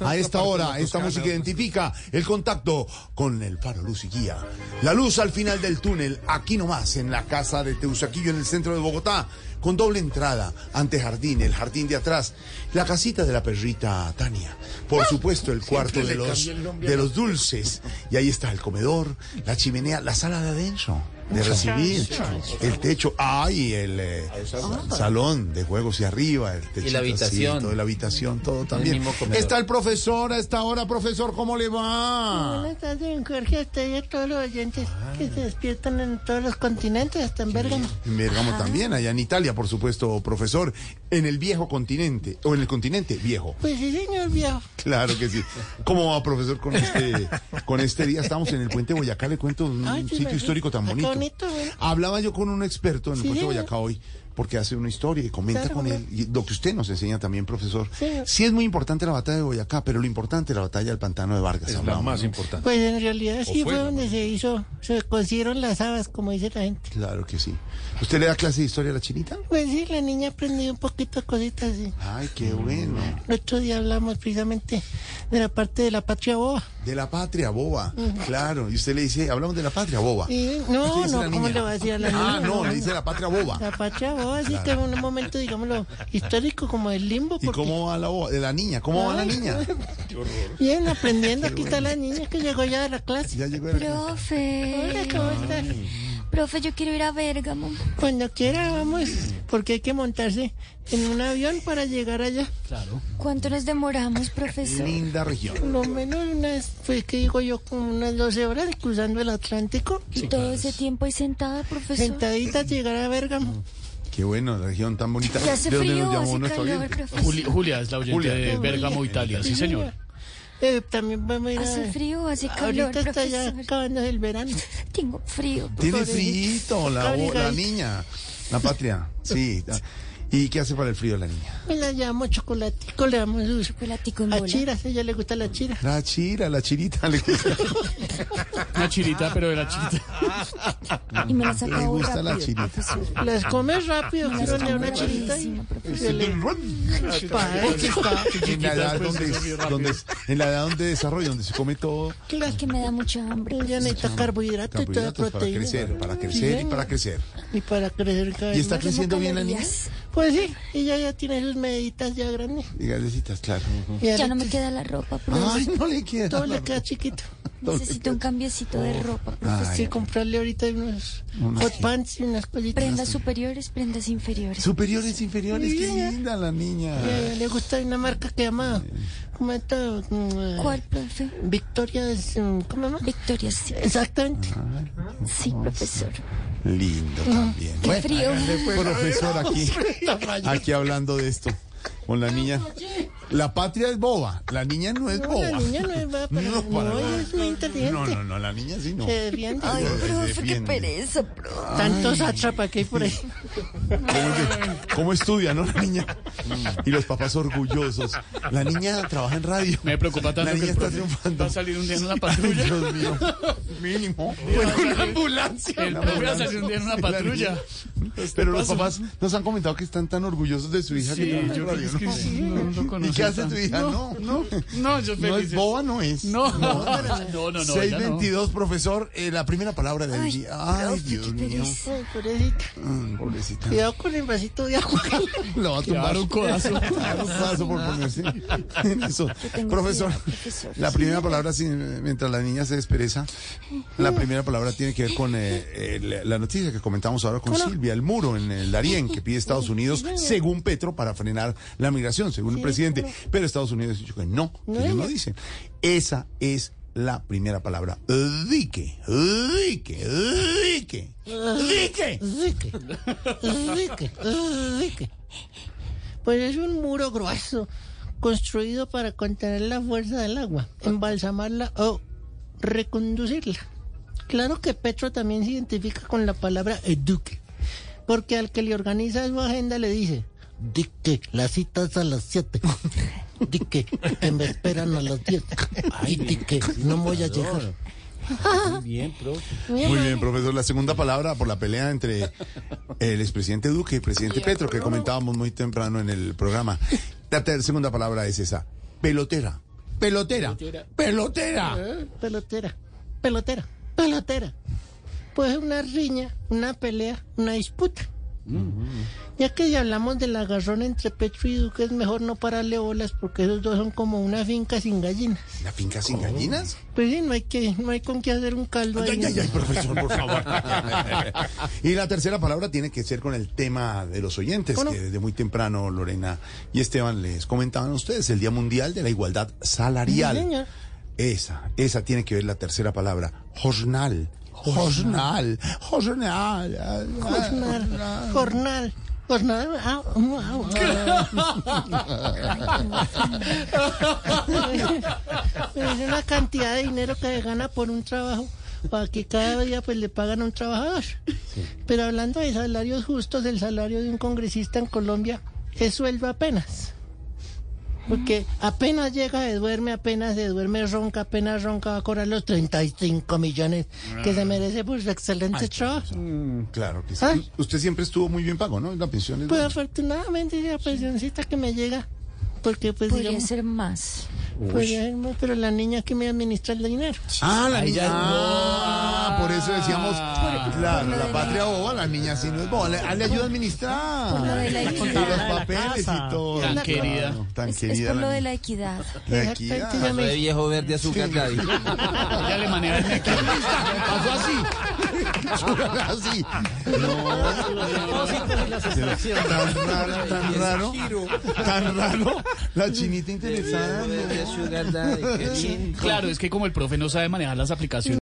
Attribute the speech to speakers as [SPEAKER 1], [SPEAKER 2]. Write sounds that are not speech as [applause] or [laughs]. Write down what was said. [SPEAKER 1] A esta hora, esta música identifica el contacto con el faro Luz y Guía. La luz al final del túnel, aquí nomás, en la casa de Teusaquillo, en el centro de Bogotá, con doble entrada, ante jardín, el jardín de atrás, la casita de la perrita Tania, por supuesto el cuarto de
[SPEAKER 2] Ah, le
[SPEAKER 1] los,
[SPEAKER 2] cambia el nombre a
[SPEAKER 1] de
[SPEAKER 2] la-
[SPEAKER 1] los dulces, y ahí está el comedor, la chimenea, la sala de adentro, de recibir, el techo, ay, el, eh, salón de juegos y arriba, el techo,
[SPEAKER 3] habitación.
[SPEAKER 1] la habitación, todo también.
[SPEAKER 3] mismo comedor.
[SPEAKER 1] Está el profesor a esta hora, profesor, ¿cómo le va?
[SPEAKER 4] Buenas tardes, don Jorge, a usted y a todos los oyentes
[SPEAKER 1] Ah.
[SPEAKER 4] que se despiertan en todos los continentes, hasta en Bérgamo.
[SPEAKER 1] En Bergamo
[SPEAKER 4] Ah.
[SPEAKER 1] también, allá en Italia, por supuesto, profesor, en el viejo continente, o en el continente viejo.
[SPEAKER 4] Pues sí, señor viejo.
[SPEAKER 1] Claro que sí. ¿Cómo va, profesor, con este, con este día? Estamos en el puente Boyacá, le cuento un
[SPEAKER 4] Ay, sí,
[SPEAKER 1] sitio
[SPEAKER 4] imagínate.
[SPEAKER 1] histórico tan
[SPEAKER 4] Ah, qué
[SPEAKER 1] bonito.
[SPEAKER 4] bonito, ¿eh?
[SPEAKER 1] Hablaba yo con un experto en el
[SPEAKER 4] Sí,
[SPEAKER 1] puente
[SPEAKER 4] señor.
[SPEAKER 1] Boyacá hoy, porque hace una historia y comenta
[SPEAKER 4] Claro,
[SPEAKER 1] con
[SPEAKER 4] hombre.
[SPEAKER 1] él y lo que usted nos enseña también, profesor.
[SPEAKER 4] Sí.
[SPEAKER 1] Sí es muy importante la batalla de Boyacá, pero lo importante es la batalla del pantano de Vargas.
[SPEAKER 2] Es la
[SPEAKER 1] hablábamos,
[SPEAKER 2] más
[SPEAKER 1] ¿no?
[SPEAKER 2] importante.
[SPEAKER 4] Pues en realidad sí
[SPEAKER 2] fue,
[SPEAKER 4] fue
[SPEAKER 2] ¿no?
[SPEAKER 4] donde se hizo, se cosieron las habas, como dice la gente.
[SPEAKER 1] Claro que sí. ¿Usted le da clase de historia a la chinita?
[SPEAKER 4] Pues sí, la niña aprendió un poquito de cositas. sí.
[SPEAKER 1] Ay, qué bueno.
[SPEAKER 4] El otro día hablamos precisamente de la parte de la patria boba.
[SPEAKER 1] De la patria boba. Claro. Y usted le dice, hablamos de la patria boba.
[SPEAKER 4] Y,
[SPEAKER 1] ¿Qué
[SPEAKER 4] no,
[SPEAKER 1] dice
[SPEAKER 4] no,
[SPEAKER 1] la
[SPEAKER 4] ¿cómo
[SPEAKER 1] niña?
[SPEAKER 4] le va a decir a la niña?
[SPEAKER 1] Ah, no, le dice la patria boba.
[SPEAKER 4] La patria boba, así que en un momento, digámoslo, histórico como el limbo.
[SPEAKER 1] ¿Y
[SPEAKER 4] porque-
[SPEAKER 1] cómo va la, boba- la niña? ¿Cómo va la niña?
[SPEAKER 4] Bien,
[SPEAKER 1] [laughs]
[SPEAKER 4] aprendiendo. Aquí está la niña que llegó ya de la clase.
[SPEAKER 1] Ya Ah. llegó el...
[SPEAKER 4] Hola,
[SPEAKER 5] Profe.
[SPEAKER 4] ¿cómo estás?
[SPEAKER 5] Profe, yo quiero ir a Bérgamo.
[SPEAKER 4] Cuando quiera, vamos, porque hay que montarse en un avión para llegar allá.
[SPEAKER 5] ¿Cuánto nos demoramos, profesor?
[SPEAKER 1] linda región.
[SPEAKER 4] Por lo menos unas, pues, que digo yo, como unas 12 horas cruzando el Atlántico.
[SPEAKER 5] Todo ese tiempo ahí sentada, profesor.
[SPEAKER 4] Sentaditas llegar a Bérgamo.
[SPEAKER 1] Qué bueno, la región tan bonita.
[SPEAKER 5] Ya hace
[SPEAKER 1] ¿De dónde
[SPEAKER 5] frío,
[SPEAKER 1] nos llamó
[SPEAKER 5] hace
[SPEAKER 1] nuestro
[SPEAKER 5] calor,
[SPEAKER 1] oyente?
[SPEAKER 5] profesor.
[SPEAKER 6] Juli- Julia es la oyente
[SPEAKER 1] Julia.
[SPEAKER 6] de Bérgamo, Italia. Sí, señor.
[SPEAKER 4] Eh, también vamos a ir a...
[SPEAKER 5] Hace frío, hace calor,
[SPEAKER 4] Ahorita está ya
[SPEAKER 5] profesor.
[SPEAKER 4] acabando el verano.
[SPEAKER 5] Tengo frío.
[SPEAKER 1] Tiene
[SPEAKER 4] Pobrecito.
[SPEAKER 1] frío la, bo- la niña, la patria. Sí. ¿Y qué hace para el frío la niña?
[SPEAKER 4] Me la llamo chocolatico, le damos sus...
[SPEAKER 5] Chocolatico en
[SPEAKER 4] A
[SPEAKER 5] bola.
[SPEAKER 4] chiras, a ella le gusta la chira.
[SPEAKER 1] La chira, la chirita.
[SPEAKER 4] [laughs]
[SPEAKER 1] Le gusta,
[SPEAKER 6] Una chirita, pero de la chirita.
[SPEAKER 5] Y me las
[SPEAKER 1] Ah, le
[SPEAKER 5] acabo
[SPEAKER 1] gusta
[SPEAKER 5] rápido,
[SPEAKER 1] la chirita.
[SPEAKER 5] profesor.
[SPEAKER 4] Las comes rápido,
[SPEAKER 5] Me las
[SPEAKER 4] quiero
[SPEAKER 5] como
[SPEAKER 4] una chirita y...
[SPEAKER 5] rapidísimo, profesor.
[SPEAKER 4] se le- Padre,
[SPEAKER 1] En la edad
[SPEAKER 6] pues, se
[SPEAKER 1] donde,
[SPEAKER 6] come rápido.
[SPEAKER 1] donde- en la edad donde desarrolla, donde se come todo.
[SPEAKER 5] Ay, que me da mucha hambre.
[SPEAKER 4] Ella necesita carbohidratos y toda
[SPEAKER 1] Carbohidratos para
[SPEAKER 4] proteína.
[SPEAKER 1] crecer, para crecer y para crecer.
[SPEAKER 4] Y para crecer cada
[SPEAKER 1] ¿Y
[SPEAKER 4] vez
[SPEAKER 1] está
[SPEAKER 4] más.
[SPEAKER 1] creciendo bien la niña?
[SPEAKER 5] Calorías.
[SPEAKER 4] Pues sí, ella ya tiene sus meditas ya grandes.
[SPEAKER 1] Y galletitas, claro.
[SPEAKER 4] Y ahora
[SPEAKER 5] Ya no me queda la ropa, profesor.
[SPEAKER 1] Ay, no le queda.
[SPEAKER 4] todo le queda chiquito.
[SPEAKER 5] Necesito un cambiecito de ropa, profesor.
[SPEAKER 1] Ay,
[SPEAKER 4] Sí, comprarle ahorita unos hot pants y unas cositas.
[SPEAKER 5] Prendas superiores, prendas inferiores.
[SPEAKER 1] Superiores, inferiores, qué
[SPEAKER 4] Niña.
[SPEAKER 1] linda la niña.
[SPEAKER 4] Y a ella le gusta una marca que llama... ¿Cómo es esto? Mm,
[SPEAKER 5] ¿Cuál, profe?
[SPEAKER 4] Victoria... es, mm, ¿Cómo se llama?
[SPEAKER 5] Victoria, sí.
[SPEAKER 4] Exactamente.
[SPEAKER 1] Ah.
[SPEAKER 4] [laughs]
[SPEAKER 5] Sí, profesor.
[SPEAKER 1] Lindo también. pues,
[SPEAKER 5] Qué frío.
[SPEAKER 1] profesor aquí, aquí hablando de esto con la niña. La patria es boba, la niña no es
[SPEAKER 4] No,
[SPEAKER 1] boba.
[SPEAKER 4] la niña no es
[SPEAKER 1] Oh.
[SPEAKER 4] va para...
[SPEAKER 1] No,
[SPEAKER 4] No,
[SPEAKER 1] para nada.
[SPEAKER 4] ella es muy inteligente.
[SPEAKER 1] No, no, no, la niña sí no.
[SPEAKER 4] Se defiende.
[SPEAKER 5] Ay,
[SPEAKER 1] Se
[SPEAKER 5] profe, qué
[SPEAKER 1] defiende.
[SPEAKER 5] pereza, profe.
[SPEAKER 4] Tantos atrapas que hay por ahí.
[SPEAKER 1] ¿Cómo, es de- cómo estudia, no, la niña? Y los papás orgullosos. La niña trabaja en radio.
[SPEAKER 6] Me preocupa tanto
[SPEAKER 1] La
[SPEAKER 6] que
[SPEAKER 1] niña
[SPEAKER 6] el
[SPEAKER 1] está
[SPEAKER 6] profe
[SPEAKER 1] triunfando.
[SPEAKER 6] va a salir un día
[SPEAKER 1] [laughs]
[SPEAKER 6] en una
[SPEAKER 1] Ay,
[SPEAKER 6] patrulla.
[SPEAKER 1] Dios
[SPEAKER 6] [laughs]
[SPEAKER 1] mío. Pues, Mínimo.
[SPEAKER 6] una ambulancia. El profe va a salir un día en una patrulla.
[SPEAKER 1] Pero los papás nos han comentado que están tan orgullosos de su hija que
[SPEAKER 6] Sí,
[SPEAKER 1] trabaja en
[SPEAKER 6] yo creo que
[SPEAKER 1] radio,
[SPEAKER 6] es que
[SPEAKER 1] ¿no?
[SPEAKER 6] sí, no, no
[SPEAKER 1] ¿Y
[SPEAKER 6] conocí
[SPEAKER 1] qué hace
[SPEAKER 6] tanto.
[SPEAKER 1] tu hija? No, [laughs] no.
[SPEAKER 6] No, yo
[SPEAKER 1] No es
[SPEAKER 6] feliz.
[SPEAKER 1] boba, no es.
[SPEAKER 6] No, no, no, no. ella no.
[SPEAKER 1] 622, profesor, eh, la primera palabra de
[SPEAKER 5] Ay,
[SPEAKER 1] Angie. Ay,
[SPEAKER 5] profe,
[SPEAKER 1] Dios
[SPEAKER 5] qué
[SPEAKER 1] mío.
[SPEAKER 5] pereza.
[SPEAKER 4] Ay, pobrecita.
[SPEAKER 1] Mm, Pobrecita.
[SPEAKER 4] Cuidado con el vasito de agua.
[SPEAKER 1] [laughs] La va a
[SPEAKER 6] Te va a
[SPEAKER 1] tumbar
[SPEAKER 6] dar
[SPEAKER 1] [laughs]
[SPEAKER 6] un codazo.
[SPEAKER 1] Claro, un paso por ponerse [laughs] en eso.
[SPEAKER 5] tengo
[SPEAKER 1] Profesor,
[SPEAKER 5] miedo, profesor.
[SPEAKER 1] la primera palabra, sí, mientras la niña se despereza, la primera palabra tiene que ver con eh, eh, la- la noticia que comentamos ahora con Silvia, el muro en el Darién que pide Estados Unidos, según Petro, para frenar la migración, según el presidente. Pero Estados Unidos ha dicho que no, que ellos no dicen. Esa es la primera palabra. Dique, dique, dique, dique.
[SPEAKER 4] Rique, rique, rique. Pues es un muro grueso construido para contener la fuerza del agua, embalsamarla o reconducirla. Claro que Petro también se identifica con la palabra eduque, porque al que le organiza su agenda le dice, dique, la cita es a las 7. Dique, que me esperan a las 10. Ay, dique, no voy a llegar.
[SPEAKER 1] Muy bien, profesor. La segunda palabra por la pelea entre el expresidente Duque y el presidente Petro, que comentábamos muy temprano en el programa. La ter- segunda palabra es esa, pelotera. Pelotera. Pelotera.
[SPEAKER 4] ¿Eh? Pelotera, pelotera, pelotera. Pues una riña, una pelea, una disputa. Ya que ya hablamos del agarrón entre Petro y Duque, es mejor no pararle bolas porque esos dos son como una finca sin gallinas.
[SPEAKER 1] ¿La finca sin gallinas?
[SPEAKER 4] Pues sí, no hay, que, no hay con qué hacer un caldo ahí.
[SPEAKER 1] Ay, ay, ay, profesor, por favor. [laughs] y la tercera palabra tiene que ser con el tema de los oyentes,
[SPEAKER 4] ¿Cómo no?
[SPEAKER 1] que desde muy temprano Lorena y Esteban les comentaban a ustedes, el Día Mundial de la Igualdad Salarial.
[SPEAKER 4] Sí, señor.
[SPEAKER 1] Esa, esa tiene que ver la tercera palabra, jornal. Jornal, jornal, ah,
[SPEAKER 4] Jornal, jornal, Pues ah, jornal. au, au, au. Es una cantidad de dinero que se gana por un trabajo. Para que cada día pues le pagan a un trabajador. Pero hablando de salarios justos, el salario de un congresista en Colombia es sueldo apenas. Porque apenas llega, se duerme, apenas se duerme, ronca, apenas ronca, va a cobrar los 35 millones que se merece por su excelente trabajo.
[SPEAKER 1] Claro que sí.
[SPEAKER 4] Ah.
[SPEAKER 1] Usted siempre estuvo muy bien pago, ¿no? La pensión es
[SPEAKER 4] Pues
[SPEAKER 1] buena.
[SPEAKER 4] afortunadamente la pensioncita que me llega, porque pues
[SPEAKER 5] Podría
[SPEAKER 4] digamos,
[SPEAKER 5] ser más.
[SPEAKER 4] podría ser más, pero la niña que me administra el dinero.
[SPEAKER 1] Ah, la
[SPEAKER 6] Ay,
[SPEAKER 1] niña.
[SPEAKER 6] ya
[SPEAKER 1] Ah,
[SPEAKER 6] no.
[SPEAKER 1] por eso decíamos,
[SPEAKER 6] Por-
[SPEAKER 1] claro,
[SPEAKER 5] por lo
[SPEAKER 1] la
[SPEAKER 5] de-
[SPEAKER 1] patria boba, la niña sí no es boba. Le, ah, le ayuda a administrar.
[SPEAKER 5] por lo de la
[SPEAKER 1] Y
[SPEAKER 5] equidad.
[SPEAKER 1] los papeles y todo.
[SPEAKER 6] Tan
[SPEAKER 1] Claro,
[SPEAKER 6] querida.
[SPEAKER 1] Tan
[SPEAKER 5] Es, es
[SPEAKER 1] querida.
[SPEAKER 5] por lo
[SPEAKER 1] la
[SPEAKER 5] de
[SPEAKER 1] niña.
[SPEAKER 5] la equidad.
[SPEAKER 1] La
[SPEAKER 4] Exactamente,
[SPEAKER 1] equidad.
[SPEAKER 4] ella me-
[SPEAKER 2] viejo verde azúcar, Daddy.
[SPEAKER 6] Ya le maneja
[SPEAKER 1] [laughs]
[SPEAKER 6] el mecanismo. Pasó así.
[SPEAKER 1] Así.
[SPEAKER 2] [laughs]
[SPEAKER 4] pues,
[SPEAKER 1] No. Tan raro, tan raro. Tan raro. La chinita interesada. no.
[SPEAKER 2] Sugar Daddy, qué lindo.
[SPEAKER 6] Claro, es que como el profe no sabe manejar las aplicaciones.